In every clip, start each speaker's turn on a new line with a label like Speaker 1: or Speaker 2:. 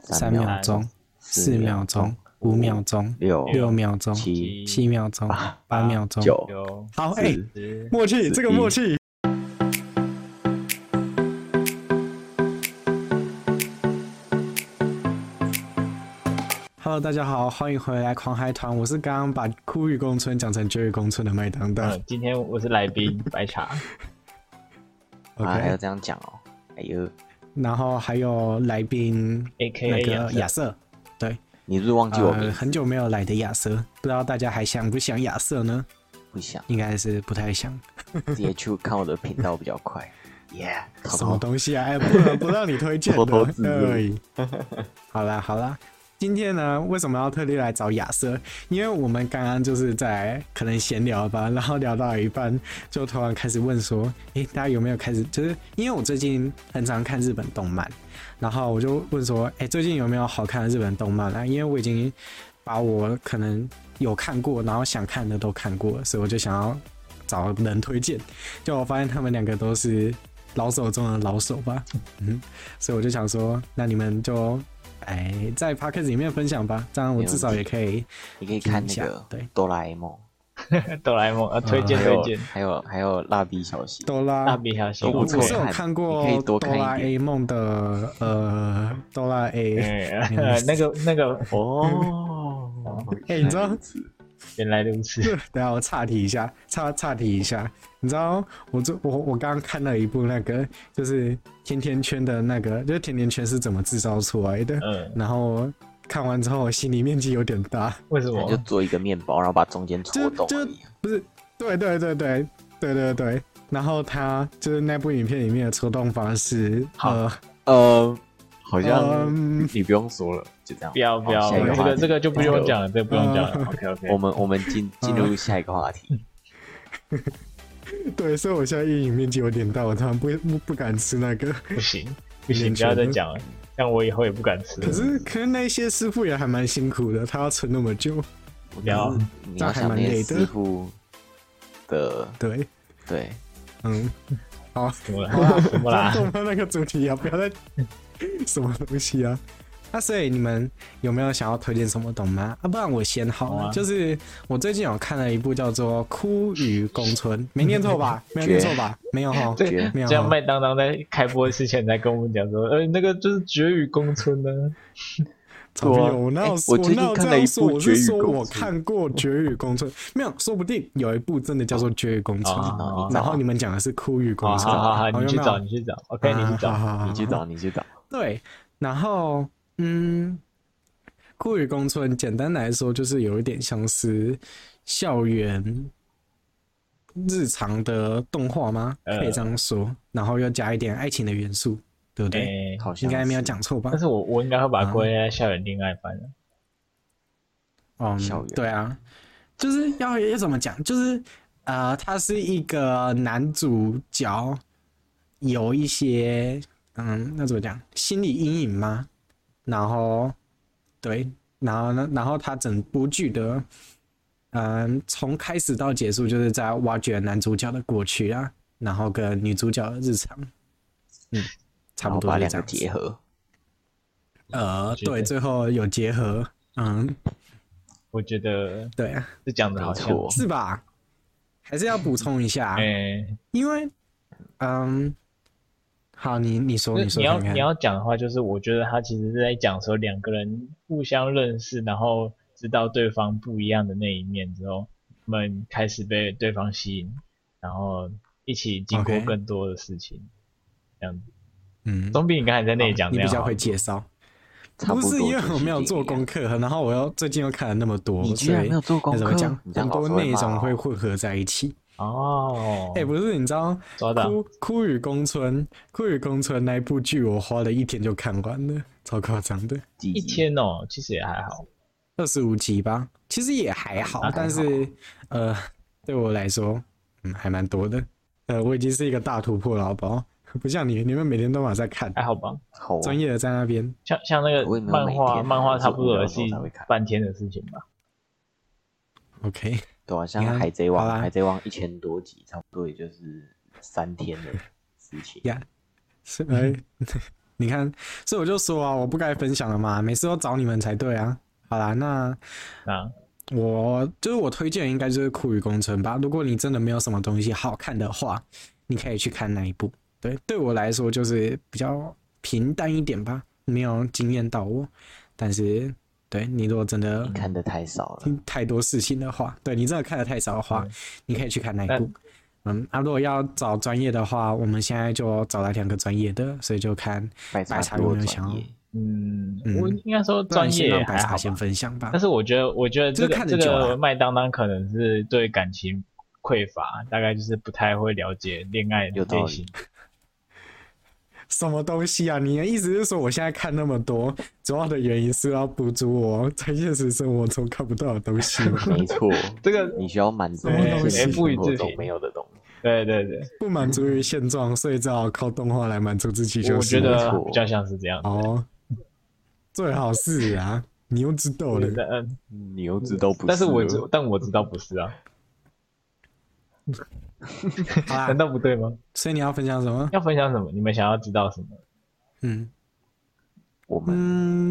Speaker 1: 三秒钟、四秒钟、五秒钟、
Speaker 2: 六
Speaker 1: 六秒钟、
Speaker 2: 七
Speaker 1: 七秒钟、八秒钟、
Speaker 2: 九
Speaker 3: 有
Speaker 1: 好，
Speaker 2: 四
Speaker 1: 哎，
Speaker 3: 十
Speaker 1: 默契，这个默契。Hello，大家好，欢迎回来狂嗨团，我是刚刚把枯雨公村讲成绝育公村的麦当当。
Speaker 3: 嗯，今天我是来宾白茶，
Speaker 2: 啊，还要
Speaker 1: OK，
Speaker 2: 这样讲哦，哎呦，
Speaker 1: 然后还有来宾
Speaker 3: AKA
Speaker 1: 那个
Speaker 3: 亚
Speaker 1: 亚瑟，对，
Speaker 2: 你是不是忘记我
Speaker 1: 呃，
Speaker 2: 名字？
Speaker 1: 很久没有来的亚瑟，不知道大家还想不想亚瑟呢？
Speaker 2: 不想
Speaker 1: 应该是不太想。
Speaker 2: 直接去看我的频道比较快。 耶，偷
Speaker 1: 什么
Speaker 2: 偷
Speaker 1: 东西啊？哎， 不能不让你推荐
Speaker 2: 偷
Speaker 1: 的。
Speaker 2: 偷自入
Speaker 1: 哎好啦好啦，今天呢，为什么要特地来找亚瑟？因为我们刚刚就是在可能闲聊吧，然后聊到一半，就突然开始问说，诶、大家有没有开始？就是因为我最近很常看日本动漫，然后我就问说，诶、最近有没有好看的日本动漫啊？因为我已经把我可能有看过，然后想看的都看过了，所以我就想要找人推荐。就我发现他们两个都是老手中的老手吧，嗯，所以我就想说，那你们就哎在 p o c k e t 里面分享吧，这样我至少也可以
Speaker 2: 你可以
Speaker 1: 听
Speaker 2: 看
Speaker 1: 一
Speaker 2: 那
Speaker 1: 下
Speaker 2: 个
Speaker 1: 对
Speaker 2: 哆啦 A 梦，
Speaker 3: 哆啦 A
Speaker 2: 哎
Speaker 3: 梦，呃，推荐
Speaker 2: 还
Speaker 3: 推
Speaker 2: 有
Speaker 3: 荐，
Speaker 2: 还有还有蜡笔小新，
Speaker 1: 哆
Speaker 3: 蜡
Speaker 1: 啦。
Speaker 3: 笔小新
Speaker 2: 都
Speaker 1: 我
Speaker 2: 不
Speaker 3: 不
Speaker 1: 只
Speaker 3: 错
Speaker 2: 错
Speaker 1: 是有看过
Speaker 2: 你可以多
Speaker 1: 哆
Speaker 2: 看一点
Speaker 1: 啦 A 梦的呃哆啦 A，
Speaker 3: 哎那个那个
Speaker 2: 嗯哦，
Speaker 1: 哎你知道
Speaker 2: 原来如此
Speaker 3: 原来如此，
Speaker 1: 等一下我岔题一下，岔岔题一下，你知道我最我我刚刚看了一部那个就是甜甜圈的那个，就是甜甜圈是怎么制造出来的，
Speaker 3: 嗯，
Speaker 1: 然后看完之后我心里面积有点大，
Speaker 3: 为什
Speaker 2: 那
Speaker 3: 么
Speaker 2: 就？做一个面包，然后把中间
Speaker 1: 就
Speaker 2: 戳洞
Speaker 1: 就
Speaker 2: 而已。
Speaker 1: 对对对对对对对。然后他就是那部影片里面的抽动方式，
Speaker 2: 好
Speaker 1: 呃，
Speaker 2: 呃，好像
Speaker 1: 嗯
Speaker 2: 你不用说了，就这样
Speaker 3: 不。要不要，
Speaker 2: 下一个
Speaker 3: 这
Speaker 2: 话
Speaker 3: 个
Speaker 2: 题
Speaker 3: 这个就不用讲了，这个不用讲
Speaker 1: 嗯
Speaker 3: 了，OK OK，
Speaker 2: 我们我们进进入下一个话题。
Speaker 1: 对，所以我现在阴影面积有点大，我突然不不不敢吃那个。
Speaker 3: 不行不行，不要再讲了，这样我以后也不敢吃了
Speaker 1: 可，是可是那些师傅也还蛮辛苦的，他要存那么久，
Speaker 2: 我
Speaker 3: 不要
Speaker 2: 刚你要想那些师傅的，
Speaker 1: 对，
Speaker 2: 对，
Speaker 1: 嗯，
Speaker 3: 怎么
Speaker 2: 啊
Speaker 3: 啦？怎么啦
Speaker 1: 这？我们那个主题啊，不要再什么东西啊。 那所以你们有没有想要推荐什么动漫啊？不然我先好了，
Speaker 3: 好啊
Speaker 1: 就是我最近有看了一部叫做《枯雨宫村》， 没念错吧？没有念错吧？没有哈，
Speaker 3: 这
Speaker 2: 绝
Speaker 1: 没有
Speaker 3: 这样
Speaker 1: 哈
Speaker 3: 麦当当在开播之前才跟我们讲说，呃，那个就是绝育公村呢、
Speaker 1: 操屁
Speaker 2: 对啊
Speaker 1: 我哪有
Speaker 2: 哎
Speaker 1: 说
Speaker 2: 我最近
Speaker 1: 哪有
Speaker 2: 看
Speaker 1: 这
Speaker 2: 了
Speaker 1: 样
Speaker 2: 一
Speaker 1: 说？
Speaker 2: 部
Speaker 1: 我
Speaker 2: 绝
Speaker 1: 是
Speaker 2: 育
Speaker 1: 说
Speaker 2: 公
Speaker 1: 我
Speaker 2: 司
Speaker 1: 看过《绝育公村》， 没有，说不定有一部真的叫做《绝育公村》
Speaker 3: 哦
Speaker 2: 哦
Speaker 1: 然后你们讲的是《枯雨公
Speaker 2: 啊
Speaker 3: 好
Speaker 1: 村》
Speaker 3: 好好好，你去找，
Speaker 1: 哦有
Speaker 3: 你去找
Speaker 1: 没
Speaker 3: ，OK，
Speaker 1: 有
Speaker 3: 你去
Speaker 1: 啊
Speaker 3: 找。
Speaker 1: 好好好
Speaker 2: 你去找，你去找。
Speaker 1: 对，然后嗯，酷与公村简单来说就是有一点像是校园日常的动画吗？
Speaker 3: 呃
Speaker 1: 可以这样说，然后又加一点爱情的元素，对不对？
Speaker 3: 诶
Speaker 2: 好像
Speaker 1: 应该没有
Speaker 2: 是
Speaker 1: 讲错吧
Speaker 3: 但？是我我应该会把它
Speaker 1: 啊
Speaker 3: 归类在校园恋爱番的。
Speaker 1: 嗯
Speaker 2: 校园
Speaker 1: 对啊，就是要要怎么讲？就是呃，他是一个男主角有一些嗯，那怎么讲？心理阴影吗？然后对，然后呢，然后他整部剧的嗯，从开始到结束就是在挖掘男主角的过去啊，然后跟女主角的日常，嗯，差
Speaker 2: 然
Speaker 1: 不
Speaker 2: 后
Speaker 1: 多
Speaker 2: 把
Speaker 1: 就
Speaker 2: 两
Speaker 1: 这
Speaker 2: 个
Speaker 1: 样子
Speaker 2: 结合。
Speaker 1: 呃，
Speaker 3: 觉得
Speaker 1: 对，最后有结合，嗯，
Speaker 3: 我觉得
Speaker 1: 对啊。
Speaker 3: 这讲的好像
Speaker 2: 没，错
Speaker 1: 是吧？还是要补充一下，
Speaker 3: 诶，
Speaker 1: 因为，嗯，好，你你啊说
Speaker 3: 就是
Speaker 1: 你说
Speaker 3: 你要
Speaker 1: 看看
Speaker 3: 你要讲的话，就是我觉得他其实是在讲说两个人互相认识，然后知道对方不一样的那一面之后，我们开始被对方吸引，然后一起经过
Speaker 1: OK
Speaker 3: 更多的事情这样子。
Speaker 1: 嗯，
Speaker 3: 总比你刚才在那里
Speaker 1: 好
Speaker 3: 讲
Speaker 1: 你
Speaker 3: 那
Speaker 1: 比
Speaker 3: 样啊
Speaker 1: 较
Speaker 3: 好
Speaker 1: 会介绍，
Speaker 2: 差
Speaker 1: 是
Speaker 2: 多
Speaker 1: 因为
Speaker 2: 就
Speaker 1: 我
Speaker 2: 是
Speaker 1: 没有
Speaker 2: 这
Speaker 1: 做
Speaker 2: 样
Speaker 1: 功课，然后我又最近又看了那么多，
Speaker 2: 你居然
Speaker 1: 所以
Speaker 2: 没有做功
Speaker 1: 那怎么
Speaker 2: 课
Speaker 1: 讲
Speaker 2: 你这样
Speaker 1: 很多
Speaker 2: 老师会
Speaker 1: 内
Speaker 2: 骂
Speaker 1: 容
Speaker 2: 哦
Speaker 1: 会混合在一起。
Speaker 3: 哦。
Speaker 1: 哎、不是，你知道
Speaker 3: 抓到
Speaker 1: 枯枯雨宫村枯雨宫村那一部剧，我花了一天就看完了，超夸张的。
Speaker 2: 几
Speaker 3: 一
Speaker 2: 集
Speaker 3: 天哦，其实也还好。
Speaker 1: 二十五集吧，其实也还好，
Speaker 2: 还好
Speaker 1: 但是呃， 对我来说，嗯，还蛮多的。呃，我已经是一个大突破了，好不好？ 不像你，你们每天都晚在看，
Speaker 3: 还好吧，
Speaker 2: 好哦
Speaker 1: 专业的在那边。
Speaker 3: 像像那
Speaker 2: 我也
Speaker 3: 个
Speaker 2: 没有
Speaker 3: 漫
Speaker 2: 每
Speaker 3: 画，
Speaker 2: 天
Speaker 3: 漫
Speaker 2: 我
Speaker 3: 画
Speaker 2: 是
Speaker 3: 差不多
Speaker 2: 无聊
Speaker 3: 也
Speaker 2: 的时
Speaker 3: 是
Speaker 2: 候才会看
Speaker 3: 半天的事情吧。
Speaker 1: OK，
Speaker 2: 对啊，像
Speaker 1: 看
Speaker 2: 海贼
Speaker 1: 好
Speaker 2: 王，
Speaker 1: 啦
Speaker 2: 海贼王一千多集，差不多也就是三天的事情。嗯
Speaker 1: 呀，是哎， 你看，所以我就说啊，我不该分享了嘛，每次都找你们才对啊。好啦，那
Speaker 3: 啊，
Speaker 1: 我就是我推荐应该就是《酷雨工程》吧。如果你真的没有什么东西好看的话，你可以去看那一部。对，对我来说就是比较平淡一点吧，没有惊艳到我。但是，对你如果真的
Speaker 3: 嗯
Speaker 2: 你看的太少了，
Speaker 1: 听太多事情的话，对你真的看的太少的话，你可以去看那一部。嗯，啊，如果要找专业的话，我们现在就找来两个专业的，所以就看白
Speaker 2: 白
Speaker 1: 茶
Speaker 2: 茶
Speaker 1: 有
Speaker 2: 多
Speaker 1: 没有想
Speaker 2: 专
Speaker 1: 要
Speaker 2: 业，
Speaker 3: 嗯，
Speaker 1: 嗯
Speaker 3: 我应该说
Speaker 1: 不然
Speaker 3: 专
Speaker 1: 先
Speaker 3: 业
Speaker 1: 让白
Speaker 3: 还好
Speaker 1: 茶
Speaker 3: 吧
Speaker 1: 先分享吧
Speaker 3: 但。是我觉得，我觉得
Speaker 1: 就
Speaker 3: 这
Speaker 1: 是
Speaker 3: 个
Speaker 1: 看得
Speaker 3: 这
Speaker 1: 久了
Speaker 3: 个麦当当可能是对感情匮乏，大概就是不太会了解恋爱
Speaker 2: 有道理
Speaker 3: 类型。
Speaker 1: 什么东西啊？你的意思是说我现在看那么多，主要的原因是要补足我在现实生活中看不到的东西吗？
Speaker 2: 没错，
Speaker 3: 这个
Speaker 2: 你需要满足
Speaker 1: 哎
Speaker 2: 你现实
Speaker 3: 不予
Speaker 2: 生活
Speaker 3: 置
Speaker 2: 中
Speaker 3: 评
Speaker 2: 没有的东西，
Speaker 3: 对对对，
Speaker 1: 不满足于现状，所以只好靠动画来满足自己。就是
Speaker 3: 我觉
Speaker 1: 了
Speaker 3: 得
Speaker 2: 没错
Speaker 3: 比较像是这样。
Speaker 1: 哦，最好是啊，你又知道 了。
Speaker 3: 但嗯，
Speaker 2: 你又知道不
Speaker 3: 但是我知
Speaker 2: 了
Speaker 3: 但我知道不是啊，
Speaker 1: 好啦
Speaker 3: 难，道不对吗？
Speaker 1: 所以你要分享什么？
Speaker 3: 要分享什么？你们想要知道什么？
Speaker 1: 嗯
Speaker 2: 我们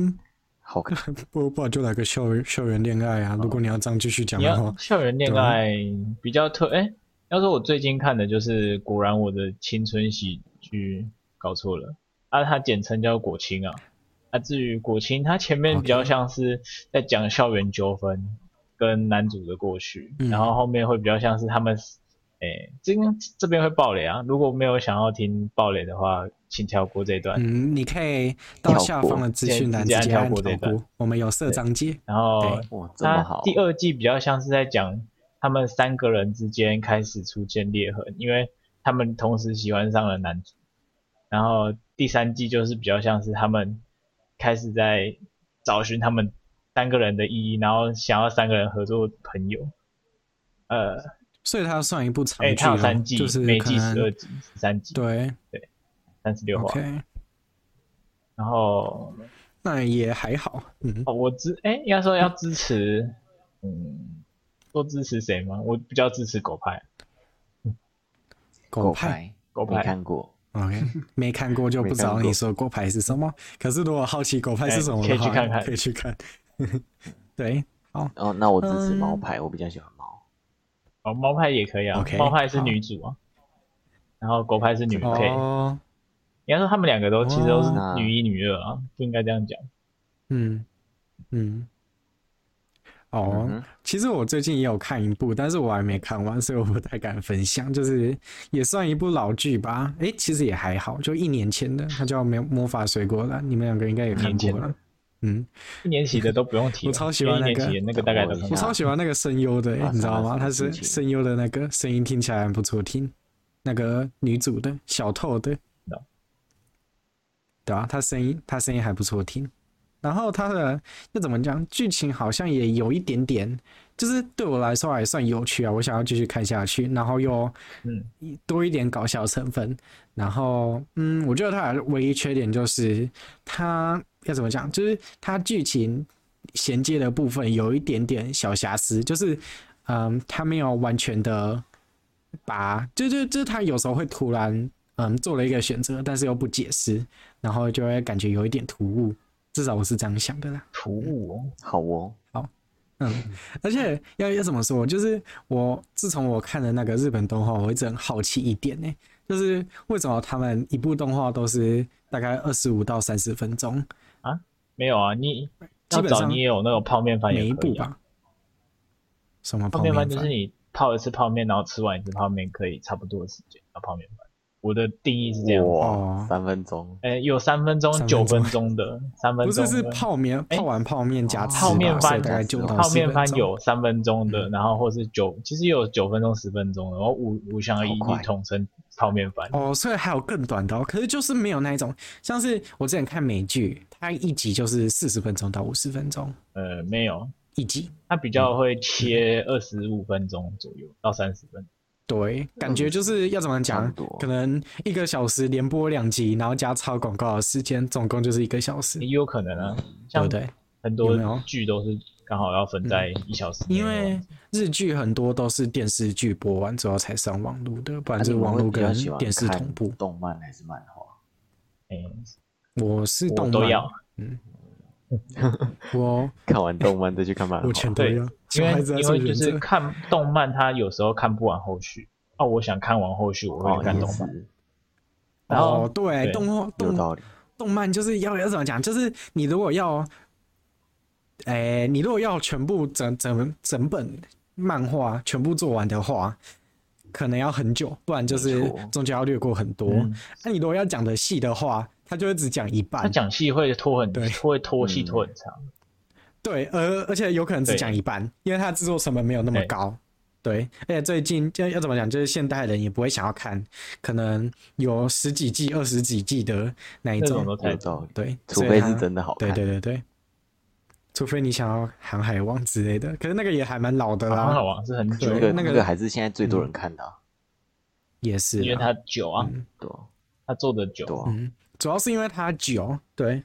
Speaker 1: 嗯，
Speaker 2: 好 看，
Speaker 1: 不不就来个校园校园恋爱啊！如果你要这样继续讲
Speaker 3: 你
Speaker 1: 的话
Speaker 3: 要，校园恋
Speaker 1: 对啊
Speaker 3: 爱比较特哎、要说我最近看的就是《果然我的青春喜剧》，搞错了啊，它简称叫果青啊。啊，至于果青，它前面
Speaker 1: OK
Speaker 3: 比较像是在讲校园纠纷跟男主的过去，
Speaker 1: 嗯
Speaker 3: 然后后面会比较像是他们，哎、这边这边会爆雷啊，如果没有想要听爆雷的话，请跳过这一段。
Speaker 1: 嗯，你可以到下方的资讯栏直接按
Speaker 3: 跳过
Speaker 1: 跳
Speaker 3: 直接按跳过这一
Speaker 1: 过，我们有社章节。
Speaker 3: 然后
Speaker 1: 对
Speaker 2: 哇，这么
Speaker 3: 那
Speaker 2: 好，
Speaker 3: 第二季比较像是在讲他们三个人之间开始出现裂痕，因为他们同时喜欢上了男主。然后第三季就是比较像是他们开始在找寻他们三个人的意义，然后想要三个人合作朋友。呃，
Speaker 1: 所以它算一部长
Speaker 3: 哎、
Speaker 1: 剧
Speaker 3: 它有
Speaker 1: 哦
Speaker 3: 三季，
Speaker 1: 就是
Speaker 3: 每
Speaker 1: 可
Speaker 3: 季
Speaker 1: 能
Speaker 3: 十二集、十三集、
Speaker 1: 对
Speaker 3: 三十六话。
Speaker 1: ，OK，
Speaker 3: 然后
Speaker 1: 那也还好，嗯，
Speaker 3: 哦，我支哎、应该说要支持，嗯，多支持谁吗？我比较支持狗派，
Speaker 1: 狗派
Speaker 3: 狗
Speaker 2: 没
Speaker 3: 派
Speaker 2: 看过，
Speaker 1: ，OK，没看过就不知
Speaker 2: 没
Speaker 1: 道
Speaker 2: 看过
Speaker 1: 你说狗派是什么。可是如果好奇狗派是什么
Speaker 3: 哎
Speaker 1: 的
Speaker 3: 可以
Speaker 1: 话
Speaker 3: 去看，看
Speaker 1: 可以去看。 对，好，
Speaker 2: 哦，那我支持
Speaker 1: 嗯
Speaker 2: 猫派，我比较喜欢猫，
Speaker 3: 哦，猫派也可以啊
Speaker 1: OK，，
Speaker 3: 猫派是女主啊，然后狗派是女配，
Speaker 1: 哦，
Speaker 3: 应该说他们两个都其实都是
Speaker 2: 哦
Speaker 3: 女一女二啊，不应该这样讲。
Speaker 1: 嗯嗯，
Speaker 2: 嗯
Speaker 3: 嗯
Speaker 1: 哦，
Speaker 2: 哼
Speaker 1: 其实我最近也有看一部，但是我还没看完，所以我不太敢分享。就是也算一部老剧吧，诶，其实也还好，就一年前的，它叫《没魔法水果篮》，你们两个应该也看
Speaker 3: 一年
Speaker 1: 过
Speaker 3: 前的
Speaker 1: 了。嗯，
Speaker 3: 一年级的都不用提了，
Speaker 1: 我超喜欢
Speaker 3: 因为一
Speaker 1: 那个
Speaker 3: 年级的那个大概都很
Speaker 1: 我
Speaker 2: 啊
Speaker 1: 超喜欢那个声优的、诶
Speaker 2: 发生
Speaker 1: 你知道
Speaker 2: 了
Speaker 1: 吗？
Speaker 2: 什么
Speaker 1: 他
Speaker 2: 事
Speaker 1: 是
Speaker 2: 情
Speaker 1: 声优的那个声音听起来很不错听，那个女主的小透的
Speaker 3: 哦，
Speaker 1: 对啊，她声音她声音还不错听。然后它的那怎么讲，剧情好像也有一点点，就是对我来说还算有趣啊，我想要继续看下去，然后又
Speaker 3: 嗯
Speaker 1: 多一点搞笑成分。然后，嗯，我觉得它唯一缺点就是它要怎么讲，就是它剧情衔接的部分有一点点小瑕疵，就是，嗯，它没有完全的把，就就就是它有时候会突然，嗯，做了一个选择，但是又不解释，然后就会感觉有一点突兀，至少我是这样想的啦。
Speaker 3: 突兀哦，
Speaker 2: 好哦，
Speaker 1: 嗯，而且要要怎么说，就是我自从我看了那个日本动画，我一直很好奇一点呢、就是为什么他们一部动画都是大概二十五到三十分钟，
Speaker 3: 没有啊，你
Speaker 1: 基
Speaker 3: 要
Speaker 1: 本
Speaker 3: 找
Speaker 1: 上
Speaker 3: 你也有那种泡面番
Speaker 1: 每
Speaker 3: 也
Speaker 1: 一
Speaker 3: 可
Speaker 1: 部
Speaker 3: 以啊，
Speaker 1: 吧？什么
Speaker 3: 泡
Speaker 1: 泡
Speaker 3: 面
Speaker 1: 面
Speaker 3: 番
Speaker 1: 番？
Speaker 3: 就是你泡一次泡面，然后吃完一次泡面，可以差不多的时间啊叫泡面番。我的定义是这样，
Speaker 1: 哦
Speaker 2: 哇，三分钟，
Speaker 3: 呃，有三分
Speaker 1: 三
Speaker 3: 钟、
Speaker 1: 分
Speaker 3: 九
Speaker 1: 钟
Speaker 3: 分钟的，三分
Speaker 1: 不
Speaker 3: 钟
Speaker 1: 是是
Speaker 3: 的
Speaker 1: 泡面，
Speaker 3: 哎
Speaker 1: 泡完泡面加
Speaker 2: 哦
Speaker 1: 吃吧，
Speaker 3: 泡面
Speaker 1: 所以
Speaker 3: 番
Speaker 1: 大概九到
Speaker 3: 泡
Speaker 1: 10
Speaker 3: 面
Speaker 1: 分
Speaker 3: 番
Speaker 1: 钟嗯
Speaker 3: 有三分钟的，然后或是九，其实也有九分钟、十分钟的，然后五五想要一
Speaker 2: 好快
Speaker 3: 律统称泡面番。
Speaker 1: 哦，所以还有更短的、哦，可是就是没有那一种，像是我之前看美剧，它一集就是四十分钟到五十分钟
Speaker 3: 呃，没有，
Speaker 1: 一集，
Speaker 3: 它比
Speaker 1: 嗯
Speaker 3: 较会切二十五分钟左右到三十分钟。嗯
Speaker 1: 对，感觉就是要怎么
Speaker 2: 差
Speaker 1: 讲
Speaker 2: 不多，
Speaker 1: 可能一个小时连播两集，然后加超广告的时间，总共就是一个小时，
Speaker 3: 也
Speaker 1: 对
Speaker 3: 有可能啊，像
Speaker 1: 不哦对？
Speaker 3: 很
Speaker 1: 有
Speaker 3: 多
Speaker 1: 没有嗯
Speaker 3: 剧都是刚好要分在一小时内哦
Speaker 1: 因
Speaker 3: 那样
Speaker 1: 为
Speaker 3: 子。
Speaker 1: 日剧很多都是电视剧播完之后才上
Speaker 3: 啊
Speaker 1: 网路的，不然
Speaker 2: 那
Speaker 1: 就是
Speaker 2: 啊你们
Speaker 1: 网
Speaker 2: 会
Speaker 1: 路
Speaker 2: 比较
Speaker 1: 跟
Speaker 2: 喜欢
Speaker 1: 电视
Speaker 2: 看
Speaker 1: 同步。
Speaker 2: 动漫还是漫画？
Speaker 3: 哎
Speaker 1: 我是动漫，
Speaker 3: 我都要，
Speaker 1: 我 哦
Speaker 2: 看完动漫再去看漫
Speaker 1: 我
Speaker 2: 画，哦
Speaker 1: 全都
Speaker 3: 对
Speaker 1: 要，，
Speaker 3: 因
Speaker 1: 小
Speaker 3: 为
Speaker 1: 孩子要啊
Speaker 3: 因
Speaker 1: 做
Speaker 3: 为就
Speaker 1: 忍
Speaker 3: 是
Speaker 1: 者，
Speaker 3: 看动漫，它有时候看不完后续。哦，我想看完后续，我会
Speaker 2: 哦
Speaker 3: 去看
Speaker 2: 也
Speaker 3: 动漫。
Speaker 2: 是
Speaker 3: 然后
Speaker 1: 哦，对，
Speaker 3: 对
Speaker 1: 动画
Speaker 2: 有
Speaker 1: 动
Speaker 2: 道理，
Speaker 1: 动漫就是要要怎么讲？就是你如果要，哎、你如果要全部整整整本漫画全部做完的话，可能要很久，不然就是
Speaker 2: 没错
Speaker 1: 中间要略过很多。那、
Speaker 3: 嗯
Speaker 1: 你如果要讲的细的话，它就会只讲一
Speaker 3: 它
Speaker 1: 半。
Speaker 3: 讲戏会拖很
Speaker 1: 对，
Speaker 3: 会拖戏
Speaker 2: 嗯
Speaker 3: 拖很长。
Speaker 1: 对，而而且有可能只讲一半，因为它制作成本没有那么
Speaker 3: 对
Speaker 1: 高。对，而且最近就要怎么讲，就是现代人也不会想要看，可能有十几季、二十几季的那一
Speaker 3: 那种
Speaker 1: 种。
Speaker 3: 都太
Speaker 2: 有道理，
Speaker 1: 对，
Speaker 2: 除
Speaker 1: 所以
Speaker 2: 非
Speaker 1: 它
Speaker 2: 是真的好
Speaker 1: 对
Speaker 2: 看，
Speaker 1: 对对对，除非你想要《航海王》之类的，可是那个也还蛮老的
Speaker 3: 好像
Speaker 1: 啦，
Speaker 3: 好玩是很久
Speaker 1: 对那
Speaker 2: 那，个
Speaker 1: 个嗯
Speaker 2: 那个还是现在最多人看的啊，
Speaker 1: 也是
Speaker 3: 因为
Speaker 1: 啦。
Speaker 3: 它久啊，
Speaker 2: 对啊
Speaker 3: 它做的久
Speaker 2: 对。啊，
Speaker 1: 嗯，主要是因为它久，对，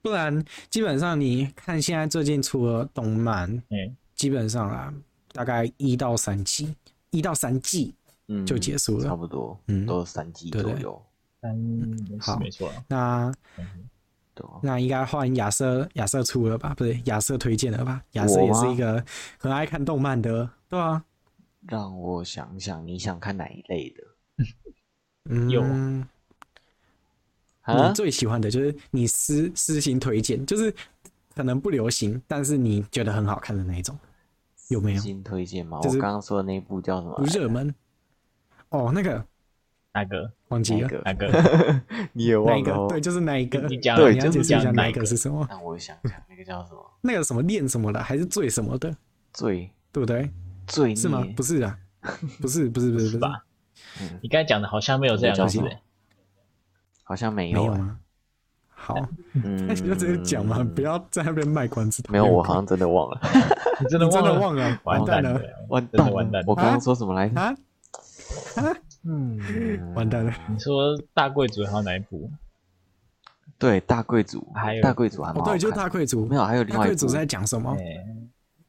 Speaker 1: 不然基本上你看现在最近出的动漫，
Speaker 3: 嗯，
Speaker 1: 基本上啊，大概一到三季，一到三季
Speaker 2: 嗯，
Speaker 1: 就结束
Speaker 2: 差
Speaker 1: 了。
Speaker 2: 不多，
Speaker 1: 嗯
Speaker 2: 都三季
Speaker 1: 对
Speaker 2: 左
Speaker 1: 对
Speaker 2: 右，
Speaker 3: 但
Speaker 1: 好
Speaker 3: 是没错啊。
Speaker 1: 那
Speaker 2: 对啊
Speaker 1: 那应该换亚瑟亚瑟出了吧？不对，亚瑟推荐了吧？亚瑟
Speaker 2: 我
Speaker 1: 也是
Speaker 2: 吗
Speaker 1: 一个很爱看动漫的，对啊，
Speaker 2: 让我想想，你想看哪一类的
Speaker 1: 嗯，
Speaker 3: 有
Speaker 2: 啊
Speaker 1: 你？最喜欢的就是你私私心推荐，就是可能不流行，但是你觉得很好看的那一种，有没有？
Speaker 2: 新推荐吗？
Speaker 1: 就是
Speaker 2: 我刚刚说的那一部叫什么
Speaker 1: 不
Speaker 2: 来着？
Speaker 1: 热门哦，那个
Speaker 3: 哪个？
Speaker 1: 忘记
Speaker 2: 哪
Speaker 1: 了，
Speaker 2: 个
Speaker 3: 哪个？
Speaker 2: 你也
Speaker 1: 那
Speaker 2: 忘
Speaker 1: 啊一
Speaker 2: 了
Speaker 1: 个
Speaker 2: 哦？
Speaker 1: 对，就是那一个。
Speaker 3: 你讲
Speaker 2: 对
Speaker 1: 你要
Speaker 2: 就
Speaker 1: 解
Speaker 2: 是
Speaker 1: 释一下
Speaker 3: 讲
Speaker 1: 那
Speaker 3: 哪
Speaker 1: 一个
Speaker 3: 个
Speaker 1: 是什么？
Speaker 2: 那我想想，那个叫什么？
Speaker 1: 那个什么恋什么的，还是醉什么的，
Speaker 2: 罪
Speaker 1: 对不对？
Speaker 2: 罪
Speaker 1: 是吗
Speaker 2: 孽？
Speaker 1: 不是啊，不是，不是，不是，
Speaker 3: 是
Speaker 1: 不是，
Speaker 3: 吧？你刚才讲的好像没有这两个字
Speaker 2: 那个叫
Speaker 3: 欸，
Speaker 2: 好像没
Speaker 1: 没有
Speaker 2: 有欸。
Speaker 1: 吗？好，
Speaker 2: 嗯，
Speaker 1: 那你就直接讲嘛，不要在那边卖关子。
Speaker 2: 没有，我好像真的忘了，
Speaker 3: 你真的
Speaker 1: 你真
Speaker 3: 忘
Speaker 1: 的
Speaker 3: 了？
Speaker 1: 忘了，
Speaker 3: 完
Speaker 1: 蛋
Speaker 3: 蛋
Speaker 1: 了
Speaker 2: 完
Speaker 3: 真
Speaker 2: 蛋
Speaker 3: 的完蛋
Speaker 2: 我刚刚说什么来着？
Speaker 1: 啊！
Speaker 3: 嗯，
Speaker 1: 完蛋了，
Speaker 3: 你说大贵族还有哪一部？
Speaker 2: 对，大贵族
Speaker 3: 还，有
Speaker 2: 大贵族还蛮
Speaker 1: 哦，
Speaker 2: 好
Speaker 1: 对，就是
Speaker 2: 看。
Speaker 1: 大贵族
Speaker 2: 没，有，还有另
Speaker 1: 大
Speaker 2: 外一
Speaker 1: 贵
Speaker 2: 部
Speaker 1: 族在讲什么？
Speaker 3: 哎，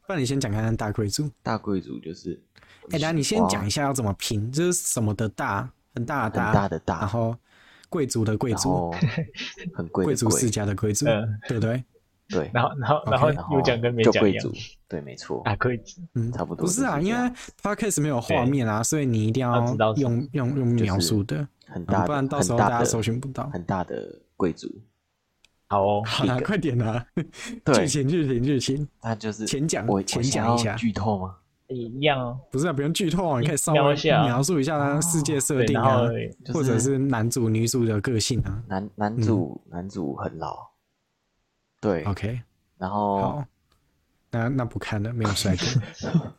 Speaker 1: 不然你先讲看看大贵族。
Speaker 2: 大贵族就是，
Speaker 1: 哎、那你先
Speaker 2: 哇
Speaker 1: 讲一下要怎么拼，就是什么的大，很大的大，
Speaker 2: 很大的
Speaker 1: 然
Speaker 2: 大，
Speaker 1: 后贵族的贵
Speaker 2: 然
Speaker 1: 族，
Speaker 2: 后很贵
Speaker 1: 贵
Speaker 2: 的
Speaker 1: 族世
Speaker 2: 贵，
Speaker 1: 家的贵族，
Speaker 3: 嗯
Speaker 1: 对不对？
Speaker 2: 对，
Speaker 3: 然后然后
Speaker 1: OK，
Speaker 3: 然后
Speaker 2: 然
Speaker 3: 有
Speaker 2: 后
Speaker 3: 讲跟没
Speaker 2: 就
Speaker 3: 讲一
Speaker 2: 啊贵
Speaker 3: 样
Speaker 2: 族。，对，没错，
Speaker 3: 大贵族，
Speaker 1: 嗯，
Speaker 2: 差不多
Speaker 1: 不是啊，
Speaker 2: 就是这
Speaker 1: 因
Speaker 2: 样
Speaker 1: 为 podcast 没有画面啊，所以你一定
Speaker 3: 要知道是
Speaker 1: 用用用
Speaker 2: 就是
Speaker 1: 描述的，
Speaker 2: 很
Speaker 1: 啊
Speaker 2: 大
Speaker 1: 不
Speaker 2: 的，
Speaker 1: 然到时候
Speaker 2: 很
Speaker 1: 大
Speaker 2: 大
Speaker 1: 家
Speaker 2: 的
Speaker 1: 搜寻不到。
Speaker 2: 很大的贵族，
Speaker 3: 好哦，
Speaker 1: 好啦，快点啦！
Speaker 2: 对
Speaker 1: 剧，情剧情剧情，
Speaker 2: 那就是
Speaker 1: 前讲
Speaker 2: 我
Speaker 1: 前
Speaker 2: 我想
Speaker 1: 讲一
Speaker 2: 要
Speaker 1: 下
Speaker 2: 剧透吗？
Speaker 3: 一样哦。
Speaker 1: 不是啊，不用剧透啊，你可以稍微
Speaker 3: 描一下
Speaker 1: 描述一下
Speaker 2: 哦
Speaker 1: 世界设
Speaker 3: 对，
Speaker 1: 定
Speaker 3: 然
Speaker 1: 啊
Speaker 3: 后，
Speaker 2: 就是
Speaker 1: 或者是男主女主的个性啊。
Speaker 2: 男男主、男主很老，对
Speaker 1: OK，
Speaker 2: 然后
Speaker 1: 好，那那不看了，没有帅哥。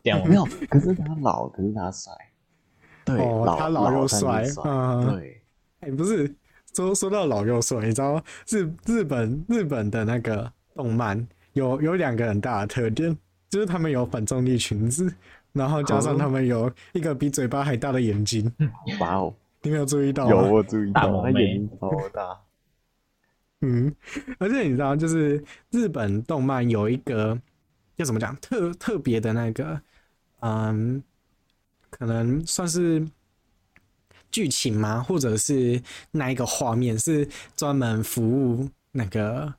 Speaker 3: 这样
Speaker 2: 哎没有，可是他老，可是他帅， 对，
Speaker 1: 哦
Speaker 2: 老
Speaker 1: 他老
Speaker 2: 老
Speaker 1: 又
Speaker 2: 但是
Speaker 1: 帅嗯
Speaker 2: 对，
Speaker 1: 哎、不是说说到老幼说，你知道日日本日本的那个动漫有有两个很大的特点，就是他们有反重力裙子，然后加上
Speaker 2: 哦
Speaker 1: 他们有一个比嘴巴还大的眼睛，
Speaker 2: 哇哦，
Speaker 1: 你没有注意到吗？
Speaker 2: 有我注意
Speaker 3: 大
Speaker 2: 到，
Speaker 3: 萌
Speaker 2: 他
Speaker 3: 妹
Speaker 2: 眼睛超大，
Speaker 1: 嗯，而且你知道，就是日本动漫有一个要怎么讲，特特别的那个，嗯，可能算是剧情吗？或者是那一个画面是专门服务那个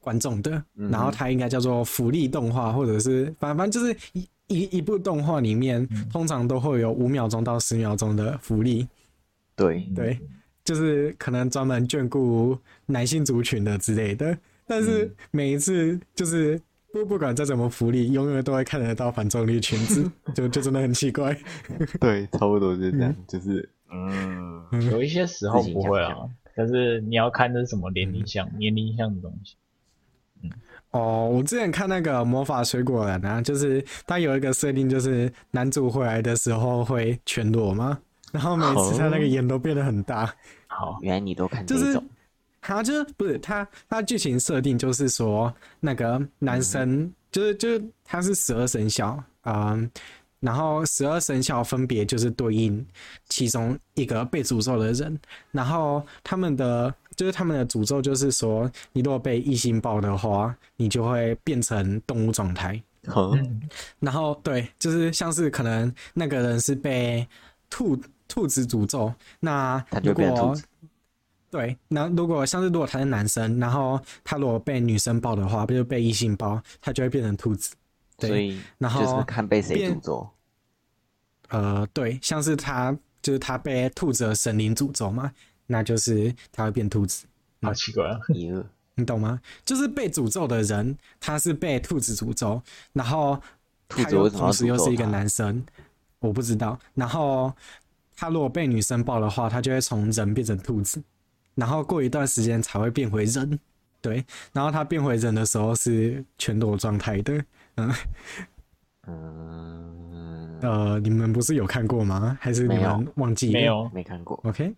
Speaker 1: 观众的，
Speaker 2: 嗯哼
Speaker 1: 然后它应该叫做福利动画，或者是反反正就是一一一部动画里面，
Speaker 2: 嗯
Speaker 1: 通常都会有五秒钟到十秒钟的福利，
Speaker 2: 对，
Speaker 1: 对，就是可能专门眷顾男性族群的之类的。但是每一次就是不不管再怎么福利，永远都会看得到反重力裙子，就就真的很奇怪。
Speaker 2: 对，差不多就这样，就是嗯，
Speaker 3: 有一些时候
Speaker 2: 自己
Speaker 3: 不会
Speaker 2: 想
Speaker 3: 啊，但是你要看这是什么年龄向、年龄向的东西。
Speaker 1: 哦，我之前看那个《魔法水果篮》啊，就是它有一个设定，就是男主回来的时候会全裸嘛，然后每次他那个眼都变得很大。
Speaker 3: 好，
Speaker 2: 原来你都看这
Speaker 1: 就是
Speaker 2: 种，
Speaker 1: 他就是不是他他剧情设定就是说那个男生、
Speaker 2: 嗯
Speaker 1: 就是就是他是十二生肖，嗯，然后十二生肖分别就是对应其中一个被诅咒的人，然后他们的就是他们的诅咒就是说，你如果被异性抱的话，你就会变成动物状态，
Speaker 2: 嗯，
Speaker 1: 然后对，就是像是可能那个人是被兔兔子诅咒，那
Speaker 2: 他就
Speaker 1: 如
Speaker 2: 变成
Speaker 1: 果
Speaker 2: 兔子
Speaker 1: 对，那如果像是如果他是男生，然后他如果被女生抱的话，就被异性抱，他就会变成兔子。对
Speaker 2: 所以
Speaker 1: 然后
Speaker 2: 就是看被谁
Speaker 1: 变
Speaker 2: 诅咒。
Speaker 1: 呃，对，像是他就是他被兔子的神灵诅咒嘛，那就是他会变兔子，
Speaker 3: 好奇怪啊！
Speaker 2: 咦，
Speaker 1: 你懂吗？就是被诅咒的人，他是被兔子诅咒，然后
Speaker 2: 兔
Speaker 1: 他
Speaker 2: 子
Speaker 1: 又
Speaker 2: 为什么要
Speaker 1: 同时又
Speaker 2: 诅咒
Speaker 1: 是一个
Speaker 2: 他
Speaker 1: 男生，我不知道。然后他如果被女生抱的话，他就会从人变成兔子，然后过一段时间才会变回人。对，然后他变回人的时候是全裸状态的。嗯，
Speaker 2: 嗯，
Speaker 1: 呃，你们不是有看过吗？还是你
Speaker 2: 没有
Speaker 1: 们忘记了？
Speaker 3: 没有，
Speaker 2: 没看过。
Speaker 1: OK，